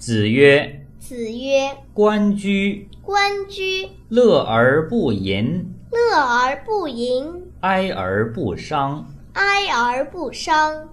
子曰子曰：“关雎：“关雎，乐而不淫，乐而不淫，哀而不伤。”哀而不伤。”